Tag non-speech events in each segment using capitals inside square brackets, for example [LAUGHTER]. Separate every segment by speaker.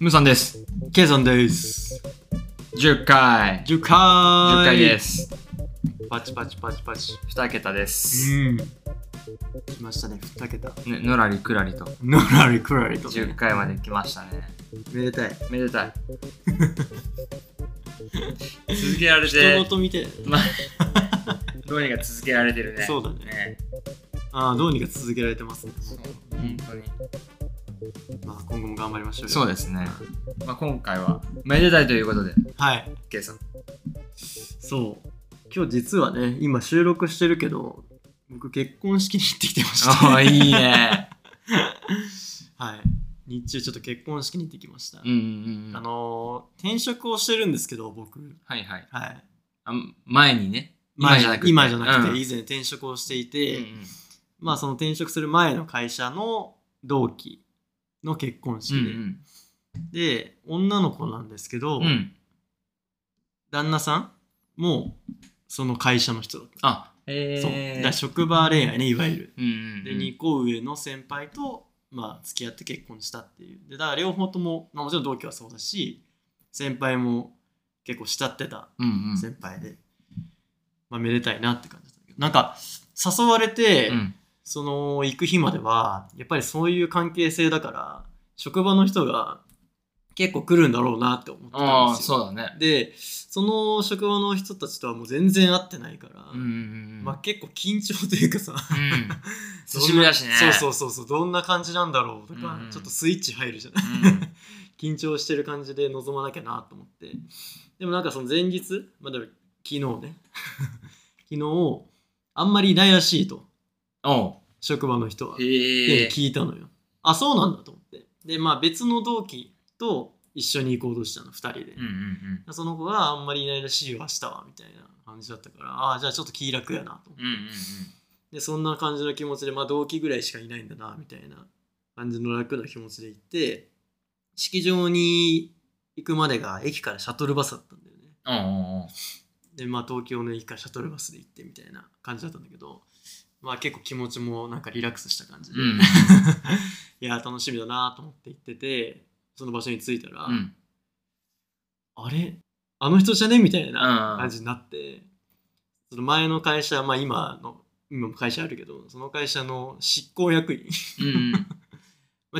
Speaker 1: ムーさんです。
Speaker 2: ケイさんです。
Speaker 1: 10回。
Speaker 2: 10回。
Speaker 1: 10回ですす。
Speaker 2: パチパチパチパチ。
Speaker 1: 2桁です。
Speaker 2: うん。来ましたね、2桁。
Speaker 1: ねのらりくらりと
Speaker 2: のらりくらりと。
Speaker 1: 10回まで来ましたね。
Speaker 2: めでたい。
Speaker 1: め
Speaker 2: [LAUGHS]
Speaker 1: でたい。続けられ
Speaker 2: 人
Speaker 1: て
Speaker 2: ご、と見てる。
Speaker 1: まどうにか続けられてるね。
Speaker 2: そうだね
Speaker 1: ね。
Speaker 2: ああ、どうにか続けられてますね。
Speaker 1: 本当に。
Speaker 2: まあ、今後も頑張りましょうよ
Speaker 1: そうですね。まあ、今回は、めでたいということで、
Speaker 2: はい。
Speaker 1: ケ
Speaker 2: [LAUGHS]
Speaker 1: イさん。
Speaker 2: そう。今日実はね、今収録してるけど、僕結婚式に行ってきてました。
Speaker 1: ああ、いいね。
Speaker 2: はい。日中ちょっと結婚式に行ってきました。
Speaker 1: うんうんうん。
Speaker 2: あ、のー、転職をしてるんですけど、僕。
Speaker 1: はいはい。
Speaker 2: はい。
Speaker 1: あ前にね。
Speaker 2: 前じゃ今じゃなくて、
Speaker 1: うん
Speaker 2: 以前転職をしていて、
Speaker 1: うん
Speaker 2: まあその転職する前の会社の同期の結婚式
Speaker 1: う
Speaker 2: で、
Speaker 1: ん
Speaker 2: で女の子なんですけど、
Speaker 1: うん。うん。
Speaker 2: 旦那さんもその会社の人だった、
Speaker 1: あ、えー。
Speaker 2: そうだから職場恋愛ねいわゆる
Speaker 1: うんうんうん。
Speaker 2: で2個上の先輩と、まあ、付き合って結婚したっていうでだから両方とも、まあ、もちろん同期はそうだし先輩も結構慕ってた
Speaker 1: うんうん。
Speaker 2: 先輩で、まあめでたいなって感じだったけどなんか誘われて、
Speaker 1: うん
Speaker 2: その行く日まではやっぱりそういう関係性だから職場の人が結構来るんだろうなって思ってた
Speaker 1: あ
Speaker 2: ん
Speaker 1: あ、
Speaker 2: ですよ
Speaker 1: そうだね。
Speaker 2: でその職場の人たちとはもう全然会ってないから、
Speaker 1: うんうんうん。
Speaker 2: まあ、結構緊張という
Speaker 1: [LAUGHS]
Speaker 2: かさ
Speaker 1: うん。久し
Speaker 2: どん
Speaker 1: ぶり
Speaker 2: な
Speaker 1: だしね。
Speaker 2: そうそうそうそうどんな感じなんだろうとか、
Speaker 1: うん
Speaker 2: ちょっとスイッチ入るじゃない [LAUGHS]
Speaker 1: うん。
Speaker 2: 緊張してる感じで臨まなきゃなと思ってでもなんかその前日、まあ、でも昨日ね [LAUGHS] 昨日あんまりいないらしいと
Speaker 1: お
Speaker 2: 職場の人は
Speaker 1: う。へ
Speaker 2: で
Speaker 1: え。
Speaker 2: 聞いたのよあそうなんだと思ってでまあ別の同期と一緒に行こうとしたの2人で
Speaker 1: うん、うん
Speaker 2: その子があんまりいないらしいよ明日はみたいな感じだったからあじゃあちょっと気楽やなと思って
Speaker 1: うん。うんうん
Speaker 2: でそんな感じの気持ちでまあ同期ぐらいしかいないんだなみたいな感じの楽な気持ちで行って式場に行くまでが駅からシャトルバスだったんだよね
Speaker 1: うん。おうおうおう
Speaker 2: でまあ東京の駅からシャトルバスで行ってみたいな感じだったんだけどまあ結構気持ちもなんかリラックスした感じで、
Speaker 1: うん
Speaker 2: いやー楽しみだなと思って行っててその場所に着いたら、
Speaker 1: うん。
Speaker 2: あれあの人じゃねみたいな
Speaker 1: あ
Speaker 2: 感じになって、その前の会社まあ今の今も会社あるけどその会社の執行役員
Speaker 1: うんうん。
Speaker 2: ま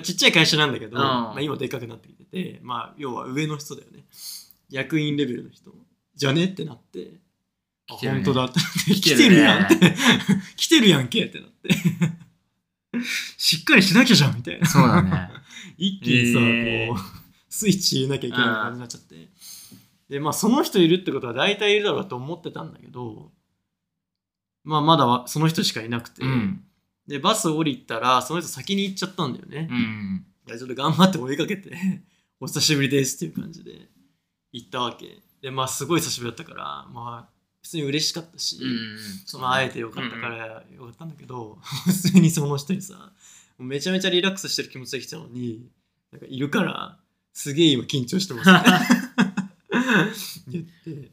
Speaker 2: あちっちゃい会社なんだけど、
Speaker 1: うん
Speaker 2: まあ、今でかくなってきててまあ要は上の人だよね役員レベルの人じゃねってなってあ
Speaker 1: 来てるね
Speaker 2: 本当だって来
Speaker 1: て
Speaker 2: てる
Speaker 1: るね
Speaker 2: やんって [LAUGHS] 来てるやんけってなってしっかりしなきゃじゃんみたいな
Speaker 1: そうだね。
Speaker 2: [LAUGHS] 一気にさ、
Speaker 1: へー
Speaker 2: こうスイッチ入れなきゃいけない感じになっちゃってでまあその人いるってことは大体いるだろうと思ってたんだけどまあまだはその人しかいなくて、
Speaker 1: うん。
Speaker 2: でバス降りたらその人先に行っちゃったんだよね
Speaker 1: う、ん。
Speaker 2: いやちょっと頑張って追いかけて [LAUGHS] お久しぶりですっていう感じで行ったわけでまあすごい久しぶりだったからまあ普通に嬉しかったし、
Speaker 1: うん。
Speaker 2: その会えてよかったからよかったんだけど、 [LAUGHS] 普通にその人にさもうめちゃめちゃリラックスしてる気持ちで来たのになんかいるからすげえ今緊張してますね
Speaker 1: [LAUGHS]
Speaker 2: 言って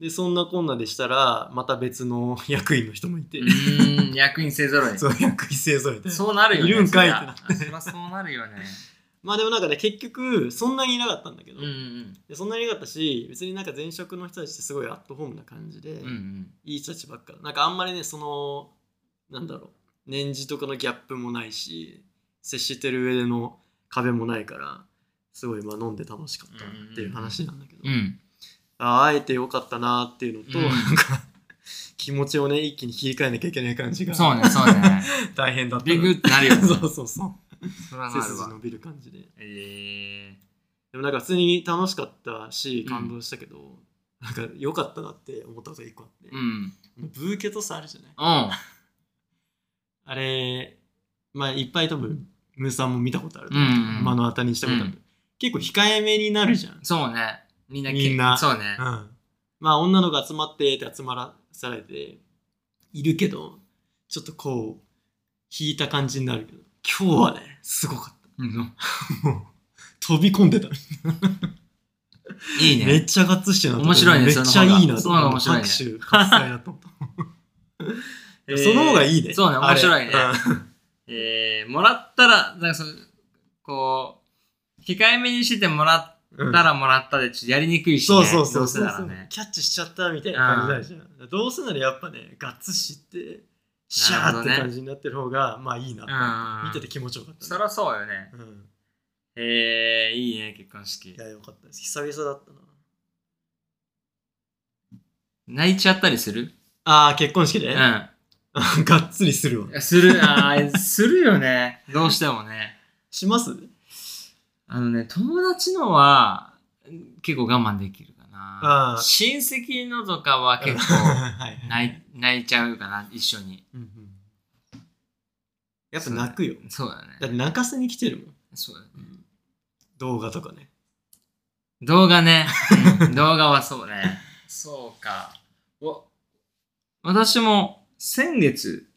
Speaker 2: でそんなこんなでしたらまた別の [LAUGHS] 役員の人もいて、
Speaker 1: うん。うん。役員勢ぞろ
Speaker 2: [LAUGHS]
Speaker 1: い。
Speaker 2: そう役員勢ぞろいで
Speaker 1: そうなるよね。
Speaker 2: いるんかい
Speaker 1: そりゃそりゃそうなるよね。
Speaker 2: まあでもなんかね結局そんなにいなかったんだけ
Speaker 1: う
Speaker 2: ど、
Speaker 1: んうん
Speaker 2: でそんなにいなかったし別になんか前職の人たちってすごいアットホームな感じで、
Speaker 1: うん。うんうん。
Speaker 2: いい人たちばっかなんかあんまりねそのなんだろう年次とかのギャップもないし接してる上での壁もないからすごいまあ飲んで楽しかったっていう話なんだけど、
Speaker 1: うん。
Speaker 2: あ会えてよかったなっていうのと、
Speaker 1: うん
Speaker 2: なんか気持ちをね一気に切り替えなきゃいけない感じが
Speaker 1: そうね、そうね。
Speaker 2: 大変だったな
Speaker 1: ビグってなるよね。
Speaker 2: [LAUGHS] そうそうそう
Speaker 1: それは
Speaker 2: 背
Speaker 1: なる
Speaker 2: 筋
Speaker 1: わ。
Speaker 2: 伸びる感じで
Speaker 1: え
Speaker 2: でもなんか普通に楽しかったし
Speaker 1: うん
Speaker 2: 感動したけど、なんか良かったなって思ったことが一個あって
Speaker 1: ー。う、ん。
Speaker 2: ブーケトスあるじゃない
Speaker 1: うん。
Speaker 2: あれ、まあ、いっぱい多分、ムーさんも見たことあると
Speaker 1: う
Speaker 2: 思う。
Speaker 1: ん。
Speaker 2: 目の当たりにしたことある。
Speaker 1: う
Speaker 2: 結構控えめになるじゃん。
Speaker 1: そうね。みんなけ、
Speaker 2: みんな
Speaker 1: そうね。
Speaker 2: うん。まあ、女の子集まってって集まらされているけど、ちょっとこう、引いた感じになるけど、今日はね、すごかっ
Speaker 1: うん
Speaker 2: た。もう、飛び込んでた。
Speaker 1: いい
Speaker 2: め
Speaker 1: ね。
Speaker 2: っちゃガッツしてなと思
Speaker 1: 面白いね
Speaker 2: めっちゃいいなと
Speaker 1: その方が
Speaker 2: 思って
Speaker 1: その方が面白い
Speaker 2: 拍
Speaker 1: ね
Speaker 2: 手、喝采だと思った。その方が
Speaker 1: い。
Speaker 2: いいね。
Speaker 1: そうね面白いね
Speaker 2: あれうん
Speaker 1: えー、もらったら、なんかその、こう、控えめにしてもらっ
Speaker 2: うん
Speaker 1: たらもらったで、ちょっとやりにくいし、ね。
Speaker 2: そうそうそうそう
Speaker 1: どせならね。
Speaker 2: キャッチしちゃったみたいな感じになるじゃんどうせならやっぱねガッツシってシャーって
Speaker 1: なるほどね
Speaker 2: 感じになってる方がまあいいな
Speaker 1: うん
Speaker 2: 見てて気持ちよかった
Speaker 1: そ
Speaker 2: ね、
Speaker 1: らそうよね。
Speaker 2: うん、
Speaker 1: えー、いいね、結婚式
Speaker 2: い。やよかったです久々だったな
Speaker 1: 泣いちゃったりする
Speaker 2: あー結婚式で、[LAUGHS]
Speaker 1: う
Speaker 2: が
Speaker 1: ん。
Speaker 2: っつりするわ
Speaker 1: する、あーするよね。どうしてもね。
Speaker 2: します
Speaker 1: あのね、友達のは、結構我慢できるか
Speaker 2: あ
Speaker 1: な。
Speaker 2: ー
Speaker 1: 親戚のとかは結構
Speaker 2: はいはい
Speaker 1: 泣い [LAUGHS] 泣いちゃうかな、一緒に。
Speaker 2: うんうんやっぱ泣くよ
Speaker 1: そうだ
Speaker 2: だっ
Speaker 1: ね。
Speaker 2: て泣かせに来てるもん、
Speaker 1: そうだね。
Speaker 2: 動画とかね
Speaker 1: 動
Speaker 2: [LAUGHS]
Speaker 1: 画ね。うん動画はそうね。そうか。わ私も先月、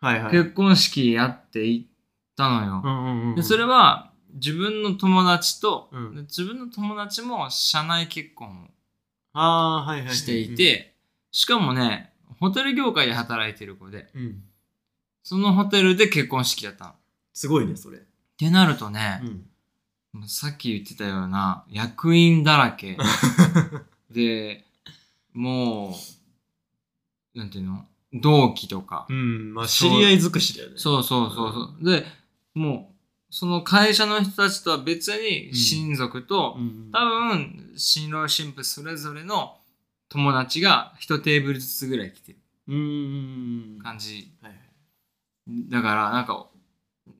Speaker 2: はいは
Speaker 1: 結婚式やって行ったのよ。
Speaker 2: んうん
Speaker 1: でそれ
Speaker 2: は
Speaker 1: は自分の友達と、
Speaker 2: うん
Speaker 1: で自分の友達も社内結婚
Speaker 2: あーはいはい
Speaker 1: を
Speaker 2: はい
Speaker 1: していて、、しかもねホテル業界で働いてる子で
Speaker 2: うんうん
Speaker 1: そのホテルで結婚式だったの。っ
Speaker 2: すごいねそれ、
Speaker 1: てなるとね、
Speaker 2: ん、
Speaker 1: もうさっき言ってたような役員だら
Speaker 2: [LAUGHS]
Speaker 1: けでもうなんていうの同期とか、
Speaker 2: うん、まあ
Speaker 1: そ
Speaker 2: 知
Speaker 1: う
Speaker 2: り合い尽くしだよね。
Speaker 1: そうそうそうそうでもうその会社の人たちとは別に親族と、
Speaker 2: うん
Speaker 1: 多分新郎新婦それぞれの友達が一テーブルずつぐらい来てる
Speaker 2: うん。
Speaker 1: 感じ
Speaker 2: はいはい
Speaker 1: だからなんか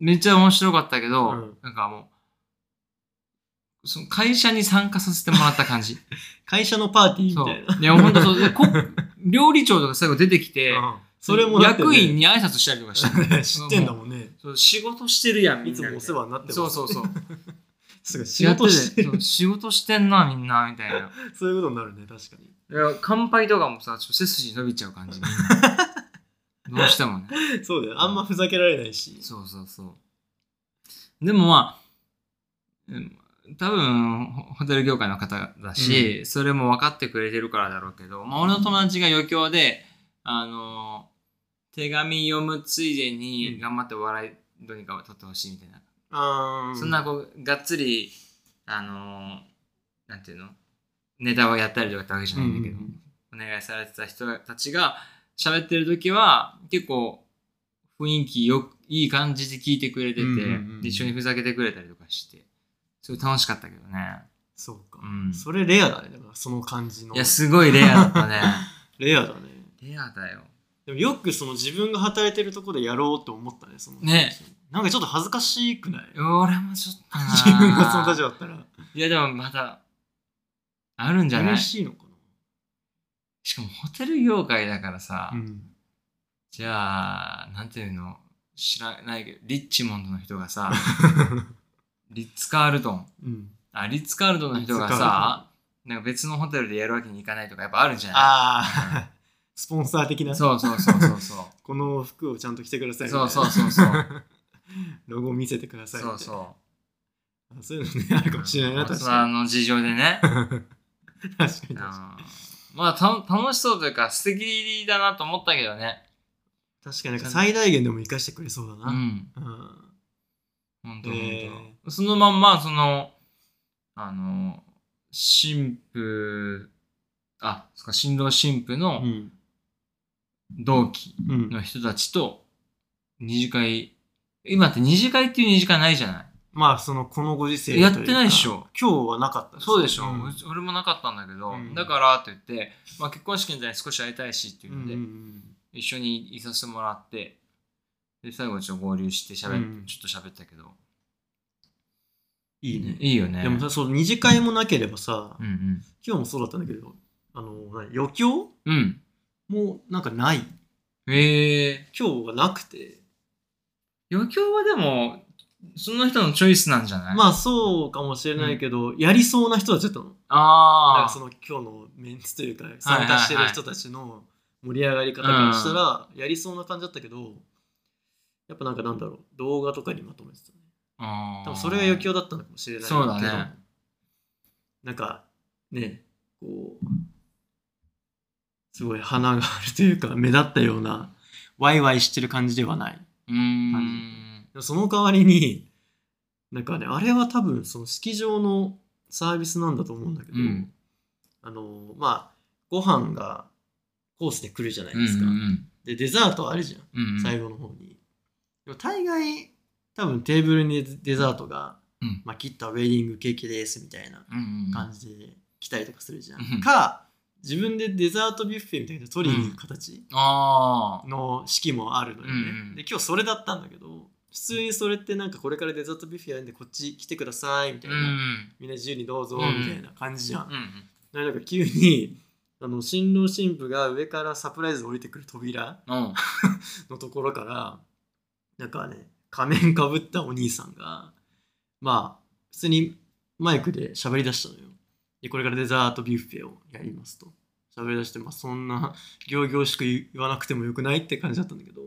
Speaker 1: めっちゃ面白かったけど、
Speaker 2: うん
Speaker 1: なんかもうその会社に参加させてもらった感じ
Speaker 2: 会社のパーティー
Speaker 1: そ
Speaker 2: み
Speaker 1: う
Speaker 2: たい [LAUGHS] ない
Speaker 1: や本当そうで [LAUGHS] こ料理長とか最後出てきて、。
Speaker 2: うんそれもだってね
Speaker 1: 役員に挨拶したりとかし
Speaker 2: [LAUGHS]
Speaker 1: て
Speaker 2: 知ってんだもんね。
Speaker 1: そう仕事してるやんみ
Speaker 2: い
Speaker 1: んな
Speaker 2: つ
Speaker 1: みたい
Speaker 2: もお
Speaker 1: な
Speaker 2: 世話になってます。
Speaker 1: そうそうそう
Speaker 2: すごい仕事して
Speaker 1: やって
Speaker 2: る。
Speaker 1: てそう仕事してんなみんなみたいな
Speaker 2: [LAUGHS] そういうことになるね、確かに。
Speaker 1: いや乾杯とかもさちょっと背筋伸びちゃう感 [LAUGHS] じどうしてもね
Speaker 2: そうだよ。あんまふざけられないし。
Speaker 1: そうそうそうでもまあうん多分ホホテル業界の方だし、それも分かってくれてるからだろうけど、まあ、俺の友達が余興であの手紙読むついで
Speaker 2: う
Speaker 1: に
Speaker 2: ん
Speaker 1: 頑張って笑いどうにかを取ってほしいみたいな、
Speaker 2: あー
Speaker 1: そんな。こうがっつりあのなんていうのネタをやったりとかってわけじゃないんだけど、
Speaker 2: うんうんうん
Speaker 1: お願いされてた人たちが喋ってる時は結構雰囲気よくいい感じで聞いてくれてて、
Speaker 2: うんうんうん
Speaker 1: で一緒にふざけてくれたりとかしてそれ楽しかったけどね、
Speaker 2: そうか
Speaker 1: う。ん、
Speaker 2: それレアだね。だからその感じの
Speaker 1: い。やすごいレアだった [LAUGHS] ね
Speaker 2: レアだね。
Speaker 1: レアだよ
Speaker 2: でもよくその自分が働いてるところでやろうと思ったね、その。
Speaker 1: ね。
Speaker 2: なんかちょっと恥ずかしくない
Speaker 1: 俺もちょっとな
Speaker 2: [LAUGHS] 自分がその立場だったら。
Speaker 1: いやでもまたあるんじゃない
Speaker 2: 嬉
Speaker 1: し
Speaker 2: しいのか
Speaker 1: かもホテル業界だからさ、
Speaker 2: な。うん。
Speaker 1: じゃあ、なんていうの知らないけど、リッチモンドの人が [LAUGHS] さ、リッツ・カールトン。
Speaker 2: うん。
Speaker 1: あ、リッツ・カールトンの人が
Speaker 2: リッツカー
Speaker 1: さ、なんか別のホテルでやるわけにいかないとかやっぱあるんじゃない
Speaker 2: ああ、 [LAUGHS] スポンサー的な。
Speaker 1: そうそうそうそうそう。
Speaker 2: この服をちゃんと着てくださいみたい
Speaker 1: [LAUGHS] そ
Speaker 2: な。
Speaker 1: うそうそうそう。
Speaker 2: ロゴ見せてくださいみたい
Speaker 1: そう
Speaker 2: な。あ
Speaker 1: そ
Speaker 2: そういうのね、ある
Speaker 1: う。
Speaker 2: かもしれないな、確
Speaker 1: 大
Speaker 2: か
Speaker 1: 人
Speaker 2: に。
Speaker 1: の事情でね。
Speaker 2: 確かに [LAUGHS] 確
Speaker 1: うん
Speaker 2: か
Speaker 1: まあた、楽しそうというか、素敵だなと思ったけどね。
Speaker 2: に。確かになんか最大限でも生かしてくれそうだ
Speaker 1: う
Speaker 2: な。
Speaker 1: ん。
Speaker 2: うん。
Speaker 1: ほんとほんと
Speaker 2: え
Speaker 1: そのまんま、その、あの、新婦、あ、そっか、新郎新婦の、
Speaker 2: うん。
Speaker 1: 同期
Speaker 2: うん
Speaker 1: の人たちと二次会、今って二次会っていう二次会ないじゃない
Speaker 2: まあ、その、このご時世とうか
Speaker 1: やってないでしょ。
Speaker 2: 今日はなかったす
Speaker 1: そうでしょ、うんち俺もなかったんだけど、
Speaker 2: うん
Speaker 1: だからって言って、まあ、結婚式みたいに少し会いたいしっていううの
Speaker 2: ん
Speaker 1: で、
Speaker 2: うん
Speaker 1: 一緒にいさせてもらってで最後ちょっと合流してしゃべ、
Speaker 2: うん
Speaker 1: ちょっと喋ったけど
Speaker 2: いいね。
Speaker 1: いいよね
Speaker 2: でもさ、そう、二次会もなければさ
Speaker 1: う、ん
Speaker 2: 今日もそうだったんだけど、あの、何余興
Speaker 1: うんうん
Speaker 2: もなんかない。
Speaker 1: へえ
Speaker 2: 今日はなくて。
Speaker 1: 余興はでもその人のチョイスなんじゃない
Speaker 2: まあそうかもしれないけど、やりそうな人たちだったの。だか
Speaker 1: あ
Speaker 2: ら
Speaker 1: あ
Speaker 2: その今日のメンツというか参加してる人たちの盛り上がり方からしたらやりそうな感じだったけど、やっぱなんかなんだろう動画とかにまとめてたね。
Speaker 1: あー
Speaker 2: 多分それが余興だったのかもしれないけど、
Speaker 1: そうだね
Speaker 2: なんかね、こう、すごい花があるというか目立ったようなワイワイしてる感じではない。
Speaker 1: うーん
Speaker 2: その代わりに、なんかねあれは多分その式場のサービスなんだと思うんだけど、
Speaker 1: うん
Speaker 2: あのまあご飯がコースで来るじゃないうですか、
Speaker 1: ん
Speaker 2: でデザートあるじゃん
Speaker 1: うんうん
Speaker 2: 最後の方に、でも大概多分テーブルにデザートが、
Speaker 1: うん
Speaker 2: まあ、切ったウェディングケーキですみたいな
Speaker 1: うん
Speaker 2: 感じで来たりとかするじゃん、
Speaker 1: うん
Speaker 2: か自分でデザートビュッフェみたいなの取りに行く形
Speaker 1: ああ
Speaker 2: の式もあるのよね、
Speaker 1: うんうん
Speaker 2: で今日それだったんだけど普通にそれってなんかこれからデザートビュッフェやるんでこっち来てくださいみた
Speaker 1: う
Speaker 2: い
Speaker 1: ん
Speaker 2: な、みんな自由にどうぞ
Speaker 1: うん
Speaker 2: みたいな感じじゃん、
Speaker 1: うん
Speaker 2: なんか急にあの新郎新婦が上からサプライズで降りてくる扉
Speaker 1: うん
Speaker 2: のところからなんかね仮面かぶったお兄さんがまあ普通にマイクで喋り出したのよでこれからデザートビュッフェをやりますと喋り出して、まあ、そんな行々しく言わなくてもよくないって感じだったんだけど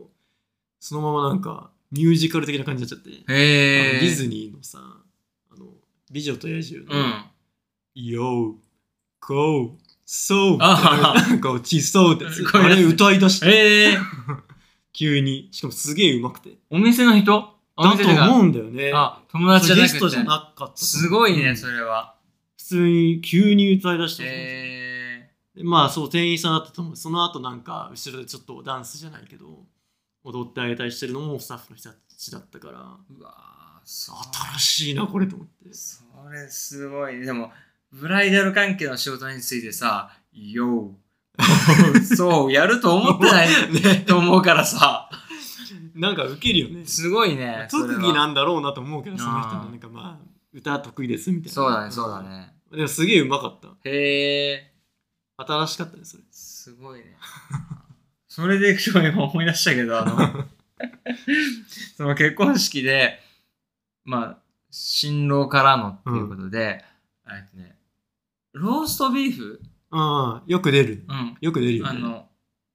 Speaker 2: そのままなんかミュージカル的な感じになっちゃって、あ
Speaker 1: へえ
Speaker 2: のディズニーのさ「あの美女と野獣」
Speaker 1: う
Speaker 2: の
Speaker 1: ん
Speaker 2: よう、こう、そう、
Speaker 1: あ
Speaker 2: こう、ちそうってやつ、
Speaker 1: こう
Speaker 2: あ
Speaker 1: いうやつ
Speaker 2: れ歌い出して、
Speaker 1: ええ
Speaker 2: 急に。しかもすげえうまくて。
Speaker 1: お店の人
Speaker 2: だと思
Speaker 1: う
Speaker 2: うんだよね。
Speaker 1: あ友達じゃな
Speaker 2: ゲ
Speaker 1: く
Speaker 2: ス
Speaker 1: て
Speaker 2: トじゃなかった。
Speaker 1: すごいうね
Speaker 2: ん
Speaker 1: それは
Speaker 2: 普通に急に歌い出して、
Speaker 1: へえ
Speaker 2: でまあそう、店員さんだったと思う。その後なんか、後ろでちょっとダンスじゃないけど、踊ってあげたりしてるのもスタッフの人たちだったから、
Speaker 1: うわーそう
Speaker 2: 新しいな、これと思
Speaker 1: [LAUGHS]
Speaker 2: って。
Speaker 1: それすごいでもブライダル関係の仕事についてさ「よう [LAUGHS] そうやると思って [LAUGHS] ない
Speaker 2: ね、
Speaker 1: と思うからさ
Speaker 2: なんかウケるよね。
Speaker 1: すごいねそれ
Speaker 2: 特
Speaker 1: は
Speaker 2: 技なんだろうなと思うけど、その人
Speaker 1: あ
Speaker 2: の
Speaker 1: ー
Speaker 2: なんかまあ、歌得意ですみたいな。
Speaker 1: そうだねそうだ。ね
Speaker 2: でもすげえうまかった。
Speaker 1: へえ
Speaker 2: 新しかったね、それ。
Speaker 1: すごいね [LAUGHS] それで今日今思い出したけどあの [LAUGHS] その結婚式でまあ新郎からのっていうことで、えっとねローストビーフ、
Speaker 2: うん、よく出る。
Speaker 1: うん、
Speaker 2: よく出るよ、
Speaker 1: あ
Speaker 2: ね。
Speaker 1: の、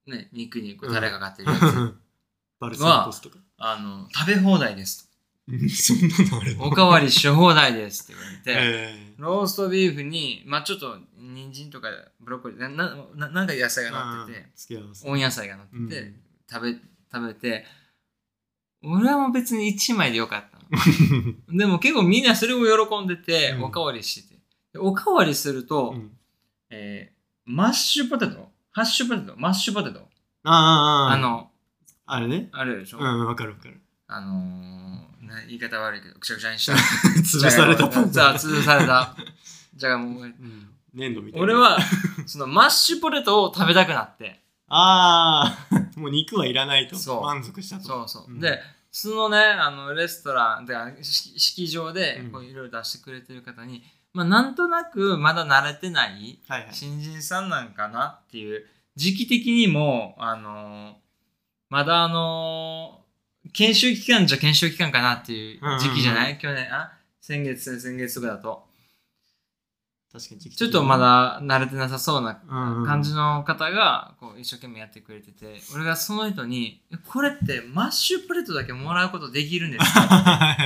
Speaker 1: ね、肉にこ
Speaker 2: う
Speaker 1: うんタレがかかってるやつ、
Speaker 2: [LAUGHS] バルサミコ酢とか。
Speaker 1: あの、食べ放題です
Speaker 2: うんそんなのある
Speaker 1: と。おかわりし放題ですって言われて、
Speaker 2: え
Speaker 1: ローストビーフに、まあちょっと、人参とかブロッコリー、な、な、ななんか野菜
Speaker 2: え
Speaker 1: が乗ってて、
Speaker 2: 付き合わせ。
Speaker 1: 温野菜が乗ってて、
Speaker 2: うん
Speaker 1: 食べ、食べて、俺はもう別に1枚でよかった
Speaker 2: [LAUGHS]
Speaker 1: の。でも結構みんなそれを喜んでて、
Speaker 2: うん
Speaker 1: おかわりしてて。でおかわりすると、
Speaker 2: うん
Speaker 1: えーマッシュポテトハッシュポテトマッシュポテト、
Speaker 2: ああ、
Speaker 1: あ、の、
Speaker 2: あれね。
Speaker 1: あれでしょ、
Speaker 2: うん、わかるわか
Speaker 1: [LAUGHS]
Speaker 2: る。
Speaker 1: あのーな言い方悪いけど、くしゃくしゃにした。
Speaker 2: [LAUGHS] 潰された
Speaker 1: [LAUGHS]
Speaker 2: パン
Speaker 1: じゃ
Speaker 2: ダ
Speaker 1: あ、。潰された。じゃがいも。
Speaker 2: うん粘土みたいな。
Speaker 1: 俺、は、そのマッシュポテトを食べたくなって。
Speaker 2: ああ、 [LAUGHS] もう肉はいらないと。
Speaker 1: そう
Speaker 2: 満足したと。
Speaker 1: そうそう。
Speaker 2: うん
Speaker 1: で、そのね、あの、レストラン、てか式式場で
Speaker 2: うん、
Speaker 1: こう、いろいろ出してくれてる方に、まあ、なんとなく、まだ慣れてない
Speaker 2: はいはい。
Speaker 1: 新人さんなんかなっていう、時期的にも、あのーまだあのー研修期間じゃ研修期間かなっていう時期じゃない、去年、あ先月、先月とかだと。
Speaker 2: 確かに
Speaker 1: ちょっとま、だ慣れてなさそうな
Speaker 2: 感
Speaker 1: 感じの方がこう一生懸命やってくれてて、俺がその人にえ「これってマッシュプレートだけもらうことできるんですか?」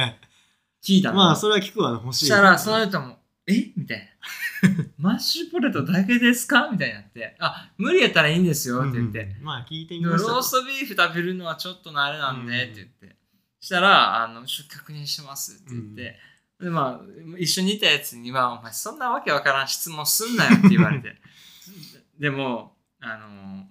Speaker 1: [LAUGHS] 聞いた
Speaker 2: [LAUGHS]
Speaker 1: の。
Speaker 2: まあ、それは聞くわね、欲しい。
Speaker 1: そしたらその人も「えみたい
Speaker 2: [LAUGHS]
Speaker 1: な「マッシュポテトだけですか?」みたいになって「あ無理やったらいいんですよ」って言って、
Speaker 2: うんうんまあ、聞いてみ
Speaker 1: でも
Speaker 2: ましたと。
Speaker 1: ローストビーフ食べるのはちょっと慣れなんで」
Speaker 2: うん
Speaker 1: って言って、したらあの「ちょっと確認します」って言って、でまあ、一緒にいたやつには「お前そんなわけわからん質問すんなよ」って言わ
Speaker 2: [LAUGHS]
Speaker 1: れてでもあの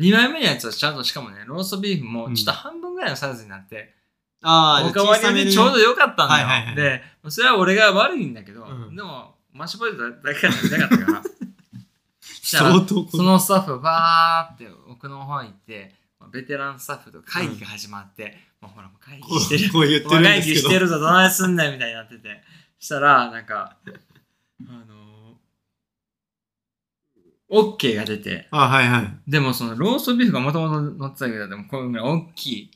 Speaker 1: 2枚目のやつはちゃんとしかもねローストビーフもちょっと半分ぐらいのサイズになって、
Speaker 2: ああ、
Speaker 1: おかわりでちょうどよかったんだよ、
Speaker 2: はいはいはい
Speaker 1: でそれは俺が悪いんだけど、
Speaker 2: うん
Speaker 1: でもマッシュポテトだけは食べたかったからしたら
Speaker 2: 相当
Speaker 1: そのスタッフバーって奥の方に行って、まあベテランスタッフと会議が始まって、もうほらもう会議してる
Speaker 2: こう言って
Speaker 1: も
Speaker 2: る
Speaker 1: うん会
Speaker 2: で
Speaker 1: 議
Speaker 2: す
Speaker 1: し
Speaker 2: け
Speaker 1: て
Speaker 2: ど。
Speaker 1: るぞどないすんねんみたいになっててしたらなんかあのオッケーが出て
Speaker 2: あ、はいはい。
Speaker 1: でもそのローストビーフがもともと乗ってたけどでもこういうぐらい大きい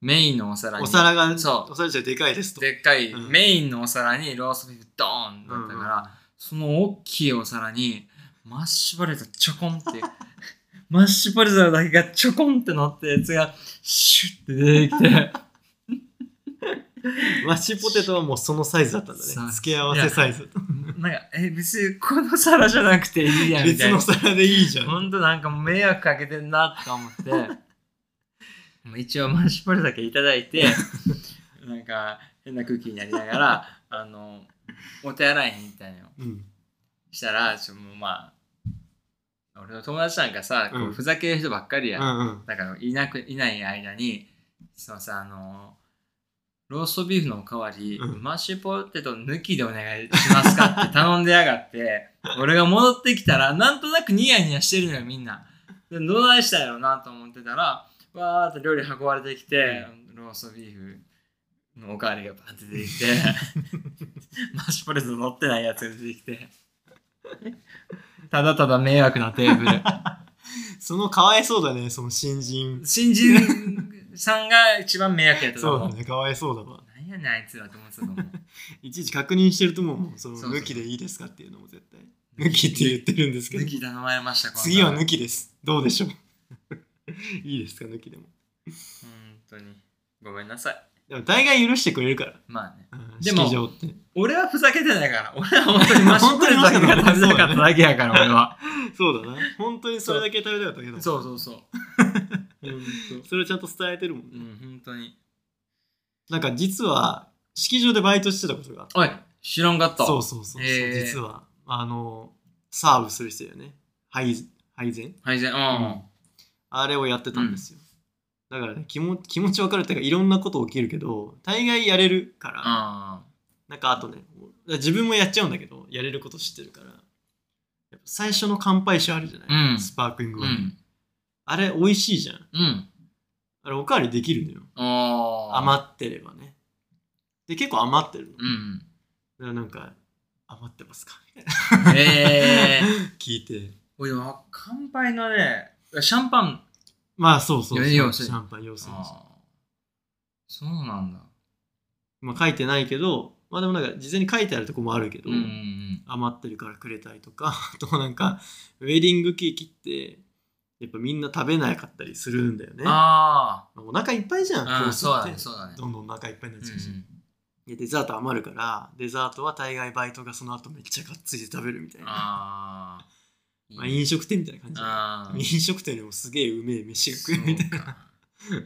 Speaker 1: メインのお皿
Speaker 2: う
Speaker 1: に
Speaker 2: ん。お皿が、
Speaker 1: そう
Speaker 2: お皿じゃでかいですと。
Speaker 1: でっかい、
Speaker 2: うん
Speaker 1: メインのお皿にローストビーフドーンだったから、その大きいお皿にマッシュポテトちょこんって [LAUGHS] マッシュポテトだけがちょこんって乗ったやつがシュッて
Speaker 2: [LAUGHS]
Speaker 1: 出てきて
Speaker 2: マッシュポテトはもうそのサイズだったんだ
Speaker 1: そう
Speaker 2: ね。付け合わせサイズ。
Speaker 1: なんかえ別にこの皿じゃなくていいやみ
Speaker 2: 別
Speaker 1: たいな
Speaker 2: の皿でいいじゃん。
Speaker 1: ほんとなんか迷惑かけてんなとか思って
Speaker 2: [LAUGHS]
Speaker 1: まあ一応マッシュポテトだけいただいてなんか変な空気になりながら
Speaker 2: [LAUGHS]
Speaker 1: あのお手洗いに行ったのよ
Speaker 2: うん
Speaker 1: したらちょもうまあ俺の友達なんかさ、こ
Speaker 2: う
Speaker 1: うんふざける人ばっかりや、
Speaker 2: うんうん
Speaker 1: だからいなくいない間にそのさあのローストビーフのおかわり、
Speaker 2: うん
Speaker 1: マッシュポテト抜きでお願いしますかって頼んでやがって
Speaker 2: [LAUGHS]
Speaker 1: 俺が戻ってきたらなんとなくニヤニヤしてるのよみんなでどないしたんやろうなと思ってたらわーって料理運ばれてきて、ローストビーフのおかわりがバンって出
Speaker 2: [LAUGHS]
Speaker 1: てきてマッシュポテト乗ってないやつが出てきてただただ迷惑なテーブル
Speaker 2: そのかわいそうだねその新人
Speaker 1: 新人さんが一番迷惑やったと
Speaker 2: そう
Speaker 1: 思う。
Speaker 2: だねかわいそうだわ
Speaker 1: なんやねんあいつらと思ってたと思う。
Speaker 2: いちいち確認してると思うもんその
Speaker 1: そうそう
Speaker 2: 抜きでいいですかっていうのも絶対 [LAUGHS] 抜きって言ってるんですけど
Speaker 1: 抜き頼まれましたから
Speaker 2: 次は抜
Speaker 1: き。
Speaker 2: きですどうでしょう [LAUGHS] いいですか抜きでも
Speaker 1: 本当に。ごめんなさい。
Speaker 2: でも大概許してくれるから
Speaker 1: まあね。
Speaker 2: うん
Speaker 1: でも
Speaker 2: 式場って
Speaker 1: 俺はふざけてないから。俺は本当にマッシュポ
Speaker 2: 本当に
Speaker 1: テトだけが
Speaker 2: マッシ
Speaker 1: 食べ
Speaker 2: ュポテトだけ
Speaker 1: たかっただけやから、俺は。
Speaker 2: そうだな本当にそれだけ食べたかったけど
Speaker 1: そうそうそう。本
Speaker 2: それをちゃんと伝えてるもんね、
Speaker 1: 当。うん、本当に。
Speaker 2: なんか実は式場でバイトしてたことがあって
Speaker 1: おい、知らんかった。
Speaker 2: そうそうそうそう、
Speaker 1: へー
Speaker 2: 実はあのサーブする人だよね配配膳
Speaker 1: はい、じゃあ、
Speaker 2: あれをやってたんですよ、だからね気も気持ち分かるっていうかいろんなこと起きるけど大概やれるから、
Speaker 1: うん。
Speaker 2: なんかあとね自分もやっちゃうんだけどやれること知ってるからやっぱ最初の乾杯酒あるじゃない、
Speaker 1: うん
Speaker 2: スパークリング
Speaker 1: う
Speaker 2: ワイン、
Speaker 1: ん。
Speaker 2: あれ美味しいじゃん
Speaker 1: うん。
Speaker 2: あれおかわりできるのよ
Speaker 1: ああ。
Speaker 2: 余ってればねで結構余ってるの、だから
Speaker 1: うん。
Speaker 2: なんか余ってますかみたい
Speaker 1: ええー。 [LAUGHS]
Speaker 2: な [LAUGHS] 聞いて
Speaker 1: おい、乾杯のね、シャンパン。
Speaker 2: まあそうそうそう
Speaker 1: いや要する
Speaker 2: シ
Speaker 1: に
Speaker 2: ャンパン要請
Speaker 1: あーそうなんだ。
Speaker 2: まあ書いてないけどまあでもなんか事前に書いてあるとこもあるけど、
Speaker 1: うんうんうん。
Speaker 2: 余ってるからくれたりとか [LAUGHS] あとなんかウェディングケーキってやっぱみんな食べなかったりするんだよね
Speaker 1: あ
Speaker 2: まあお腹いっぱいじゃん、
Speaker 1: あ、
Speaker 2: コ
Speaker 1: う
Speaker 2: ー
Speaker 1: ん、
Speaker 2: ス
Speaker 1: そうだ
Speaker 2: っ
Speaker 1: ね、
Speaker 2: て
Speaker 1: そうだね。
Speaker 2: どんどんお腹いっぱいになっちゃうし、
Speaker 1: うん
Speaker 2: でデザート余るからデザートは大概バイトがその後めっちゃがっついて食べるみたいな
Speaker 1: ああ。
Speaker 2: まあ、飲食店みたいな感じ
Speaker 1: ああ。
Speaker 2: 飲食店でもすげえうめえ飯が食えるみたいな
Speaker 1: そうか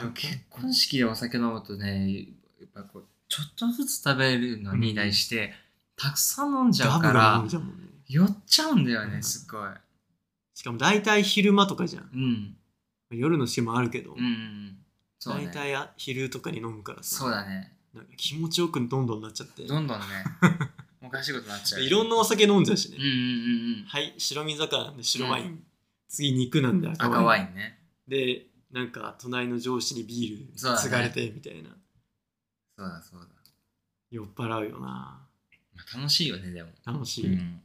Speaker 1: でも結婚式でお酒飲むとね、やっぱこう、ちょっとずつ食べるのに対して、たくさん飲んじゃ
Speaker 2: ガ
Speaker 1: う
Speaker 2: ブ
Speaker 1: か
Speaker 2: ガブ
Speaker 1: ら
Speaker 2: 飲ん、じゃうもんね
Speaker 1: 酔っちゃうんだよ
Speaker 2: う
Speaker 1: ね、
Speaker 2: ん
Speaker 1: すっごい。
Speaker 2: しかも大体昼間とかじゃん
Speaker 1: うん。
Speaker 2: 夜の式もあるけど、
Speaker 1: うんうんうん。そうだ
Speaker 2: 大
Speaker 1: ね。
Speaker 2: 体あ昼とかに飲むからさ
Speaker 1: そうだね。
Speaker 2: なんか気持ちよくどんどんなっちゃって
Speaker 1: どん
Speaker 2: [LAUGHS]
Speaker 1: どんね、おかしいことになっちゃう。
Speaker 2: いろんなお酒飲んじゃうしね、
Speaker 1: うんうんうんうん。
Speaker 2: はい白身魚なんで白ワイン、次肉なんで赤ワイン
Speaker 1: 赤ワインね。
Speaker 2: でなんか隣の上司にビー
Speaker 1: そう
Speaker 2: ル
Speaker 1: だね
Speaker 2: 継がれてみたいな、
Speaker 1: そうだそうだ。
Speaker 2: 酔っ払うよな
Speaker 1: まあ、楽しいよね、でも。
Speaker 2: 楽し
Speaker 1: う
Speaker 2: い、
Speaker 1: ん。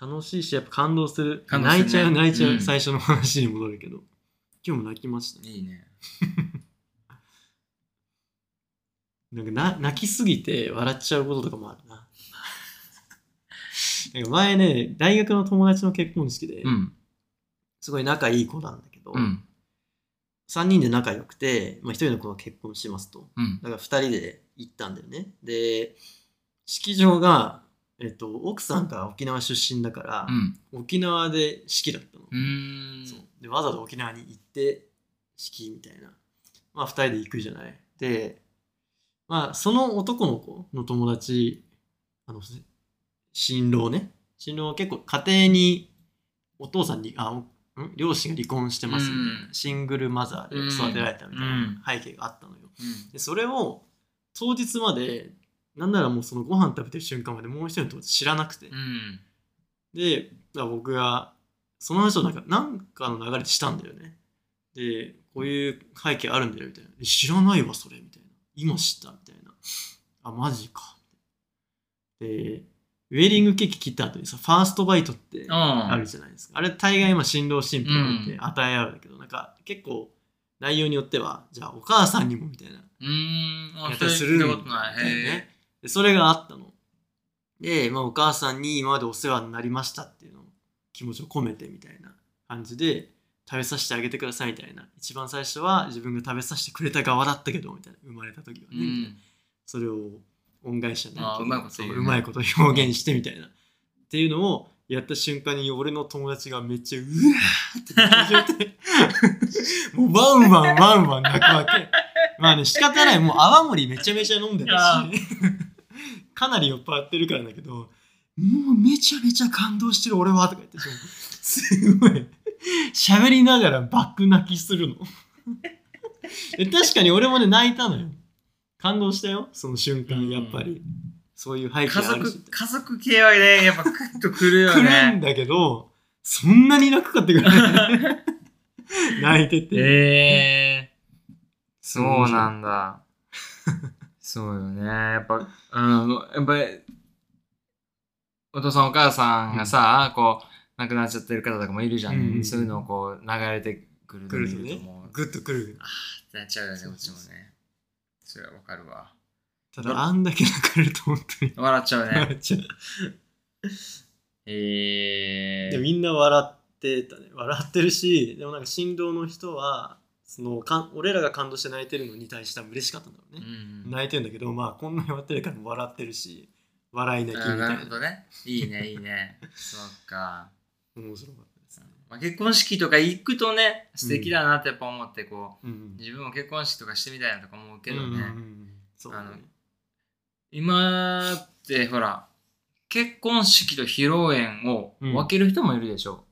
Speaker 2: 楽しいしやっぱ感動する
Speaker 1: 感動する
Speaker 2: 泣い
Speaker 1: ね
Speaker 2: ちゃう泣いちゃう、
Speaker 1: うん
Speaker 2: 最初の話に戻るけど今日も泣きましたね
Speaker 1: いいね。
Speaker 2: なんかな泣きすぎて笑っちゃうこととかもあるな [LAUGHS] なんか前ね大学の友達の結婚式で、
Speaker 1: うん。
Speaker 2: すごい仲いい子なんだけど、
Speaker 1: うん。
Speaker 2: 3人で仲良くて、まあ、1人の子が結婚しますと
Speaker 1: うん。
Speaker 2: だから2人で行ったんだよねで式場が、えっと、奥さんが沖縄出身だから
Speaker 1: う、ん。
Speaker 2: 沖縄で式だったの、
Speaker 1: うーん。
Speaker 2: そうでわざわざ沖縄に行って式みたいなまあ2人で行くじゃないでまあその男の子の友達あの新郎ね新郎は結構家庭にお父さんにあおん両親が離婚してますみたいな、
Speaker 1: う
Speaker 2: シングルマザーで育てられたみたいな背景があったのよ、でそれを当日までなんならもうそのご飯食べてる瞬間までもう一人の友達知らなくて、
Speaker 1: うん。うん。
Speaker 2: で、だから僕が、その話をなんか、なんかの流れでしたんだよね。で、こういう背景あるんだよ、みたいな。え知らないわ、それ、みたいな。今知った、みたいな。あ、マジか。で、ウェディングケーキ切った後にさ、ファーストバイトってあ
Speaker 1: あ
Speaker 2: るじゃないですか。あれ、大概今、新郎新婦がいて
Speaker 1: うん
Speaker 2: 与え合うんだけど、なんか、結構、内容によっては、じゃあ、お母さんにも、みたいな。
Speaker 1: うーん。あ
Speaker 2: やったりするんだ
Speaker 1: そうい
Speaker 2: よ
Speaker 1: うことない。へ
Speaker 2: ね。でそれがあったの。で、まあ、お母さんに今までお世話になりましたっていうのを気持ちを込めてみたいな感じで食べさせてあげてくださいみたいな。一番最初は自分が食べさせてくれた側だったけどみたいな。生まれた時は
Speaker 1: え。
Speaker 2: ね。み
Speaker 1: う。
Speaker 2: たいなんそれを恩返しじゃない
Speaker 1: あーうまいこと
Speaker 2: そう
Speaker 1: 言うね
Speaker 2: うまいこと表現してみたいな。っていうのをやった瞬間に俺の友達がめっちゃうわ
Speaker 1: [LAUGHS]
Speaker 2: ーって泣いてもうワンワンワンワン泣くわけ。まあね、仕方ない。もう泡盛めちゃめちゃ飲んでる
Speaker 1: いや
Speaker 2: し、 [LAUGHS] かなり酔っ払ってるからだけど、もうめちゃめちゃ感動してる俺はとか言って、すごい、喋りながらバック泣きするの。で確かに俺もね、泣いたのよ。感動したよ、その瞬間、やっぱり。そういう背景
Speaker 1: 家
Speaker 2: あるし
Speaker 1: 族、。家族系はね、やっぱクッとくるよ
Speaker 2: 来るん
Speaker 1: ね。
Speaker 2: だけど、そんなに泣くかってぐらい
Speaker 1: [LAUGHS]
Speaker 2: 泣いてて。
Speaker 1: ええそうなんだ。 [LAUGHS] そうよね。やっぱ、うん、やっぱり、お父さんお母さんがさ、こう、亡くなっちゃってる方とかもいるじゃん。
Speaker 2: うん
Speaker 1: そういうのをこう、流れてくるの
Speaker 2: 来ると
Speaker 1: 見
Speaker 2: ね
Speaker 1: もう、
Speaker 2: グッとくる。
Speaker 1: あーってなっちゃうよね、
Speaker 2: そう
Speaker 1: こっち
Speaker 2: そう
Speaker 1: も
Speaker 2: そう
Speaker 1: ね。それはわかるわ。
Speaker 2: ただ、あんだけ泣かれると本当に
Speaker 1: 笑っちゃうね。
Speaker 2: [LAUGHS] 笑っちゃう。
Speaker 1: ええ
Speaker 2: でみんな笑ってたね。笑ってるし、でもなんか振動の人は、そのかん俺らが感動して泣いてるのに対しては嬉しかったんだろう
Speaker 1: う
Speaker 2: ね。
Speaker 1: ん
Speaker 2: 泣いてんだけど、まあこんなに笑ってるから笑ってるし、笑い泣きみ
Speaker 1: あ
Speaker 2: たい
Speaker 1: ー
Speaker 2: な。
Speaker 1: なるほどね。いいね、いいね。 [LAUGHS] そっか。
Speaker 2: 面白かったですね。
Speaker 1: まあ、結婚式とか行くとね、素敵だなってやっぱ思って、こ
Speaker 2: うん
Speaker 1: う、自分も結婚式とかしてみたいなとか思うけ
Speaker 2: うんうん
Speaker 1: どね、
Speaker 2: うんそうだ
Speaker 1: あの
Speaker 2: ね。
Speaker 1: 今ってほら、結婚式と披露宴を分ける人もいるでしょ。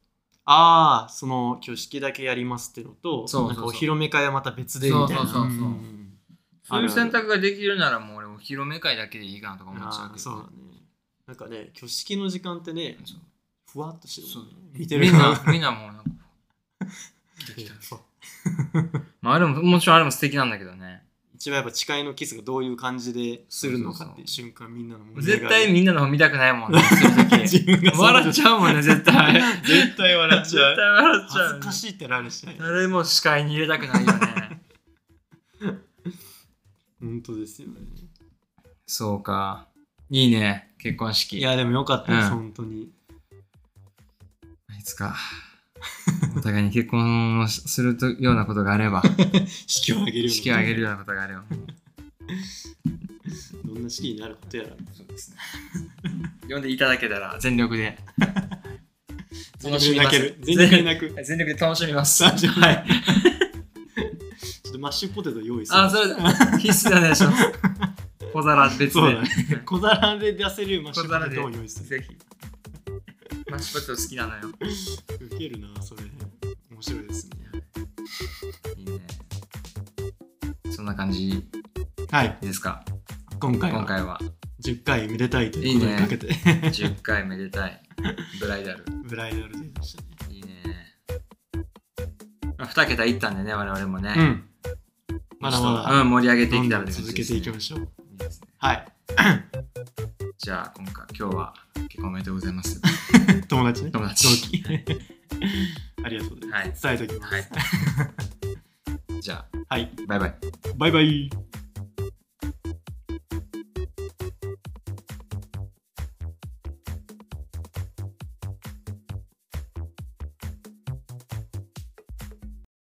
Speaker 2: ああ、その挙式だけやりますってのと、
Speaker 1: そうそうそう
Speaker 2: なんかお披露目会はまた別でみたいな。
Speaker 1: そうそうそうそうん
Speaker 2: ん
Speaker 1: そういう選択ができるならもう俺も披露目会だけでいいかなとか
Speaker 2: う
Speaker 1: 思
Speaker 2: ん
Speaker 1: っちゃう
Speaker 2: ああ、
Speaker 1: けど。
Speaker 2: そうだね。なんかね、挙式の時間ってね、
Speaker 1: そう
Speaker 2: ふわっとしてるもんね。見てる
Speaker 1: みんな、みんなもうなんか、来た来
Speaker 2: [LAUGHS]
Speaker 1: た。
Speaker 2: そう
Speaker 1: まあ、あれも、もちろんあれも素敵なんだけどね。
Speaker 2: 一番やっぱ誓いのキスがどういう感じでするのかっていう瞬間みんなの盛り上
Speaker 1: 絶
Speaker 2: がり
Speaker 1: 対みんなの方見たくないも
Speaker 2: [LAUGHS]
Speaker 1: んね、そういう時
Speaker 2: 自 [LAUGHS] 分が
Speaker 1: 笑っちゃうもんね、絶対。
Speaker 2: 絶対笑っ
Speaker 1: 絶
Speaker 2: ちゃ
Speaker 1: 対
Speaker 2: う
Speaker 1: 笑っちゃう、
Speaker 2: 恥ずかしいってなるしね
Speaker 1: 誰も視界に入れたくないよね
Speaker 2: 本当ですよね
Speaker 1: そうかいいね結婚式
Speaker 2: いやでもよかったです、
Speaker 1: うん
Speaker 2: 本当に
Speaker 1: いつかお互いに結婚をしするとようなことがあれば
Speaker 2: 式を挙げるような
Speaker 1: 式を挙げるようなことがあれば
Speaker 2: どんな式になることやら
Speaker 1: そうですね呼んでいただけたら全力で
Speaker 2: 全力で泣ける全
Speaker 1: 全
Speaker 2: 力で
Speaker 1: 力
Speaker 2: 泣く
Speaker 1: 全力で楽しみます
Speaker 2: 楽しみ
Speaker 1: はい
Speaker 2: [LAUGHS] ちょっとマッシュポテト用意する
Speaker 1: あそれ必須だねし [LAUGHS] ょ小皿別
Speaker 2: そう
Speaker 1: で
Speaker 2: だね小皿で出せるマッシュポテトを用意する
Speaker 1: ぜひマッシュポテト好きなのよ
Speaker 2: ウケるなそれ面白いですね
Speaker 1: いいねそんな感じ
Speaker 2: はい
Speaker 1: ですか
Speaker 2: 今回
Speaker 1: 今
Speaker 2: は
Speaker 1: 回は
Speaker 2: 10回めでたいということにかけて
Speaker 1: 10回めでたいブライダル
Speaker 2: [LAUGHS] ブライダルデーでしたね
Speaker 1: いいねまあ2桁いったんでね我々もね、
Speaker 2: うん。まだまだ、
Speaker 1: うん、盛り上げてい
Speaker 2: どん
Speaker 1: けた
Speaker 2: ど
Speaker 1: ら
Speaker 2: ん続けていきま
Speaker 1: し
Speaker 2: しょう。
Speaker 1: ょういいですね
Speaker 2: はい。
Speaker 1: じゃあ今回今日は結構おめでとうございます
Speaker 2: [LAUGHS] 友達ね。
Speaker 1: 友達
Speaker 2: 同期。 [LAUGHS] ありがとうございます。伝えておきます。
Speaker 1: じゃあ
Speaker 2: はい。
Speaker 1: バイバイ
Speaker 2: バイバイ。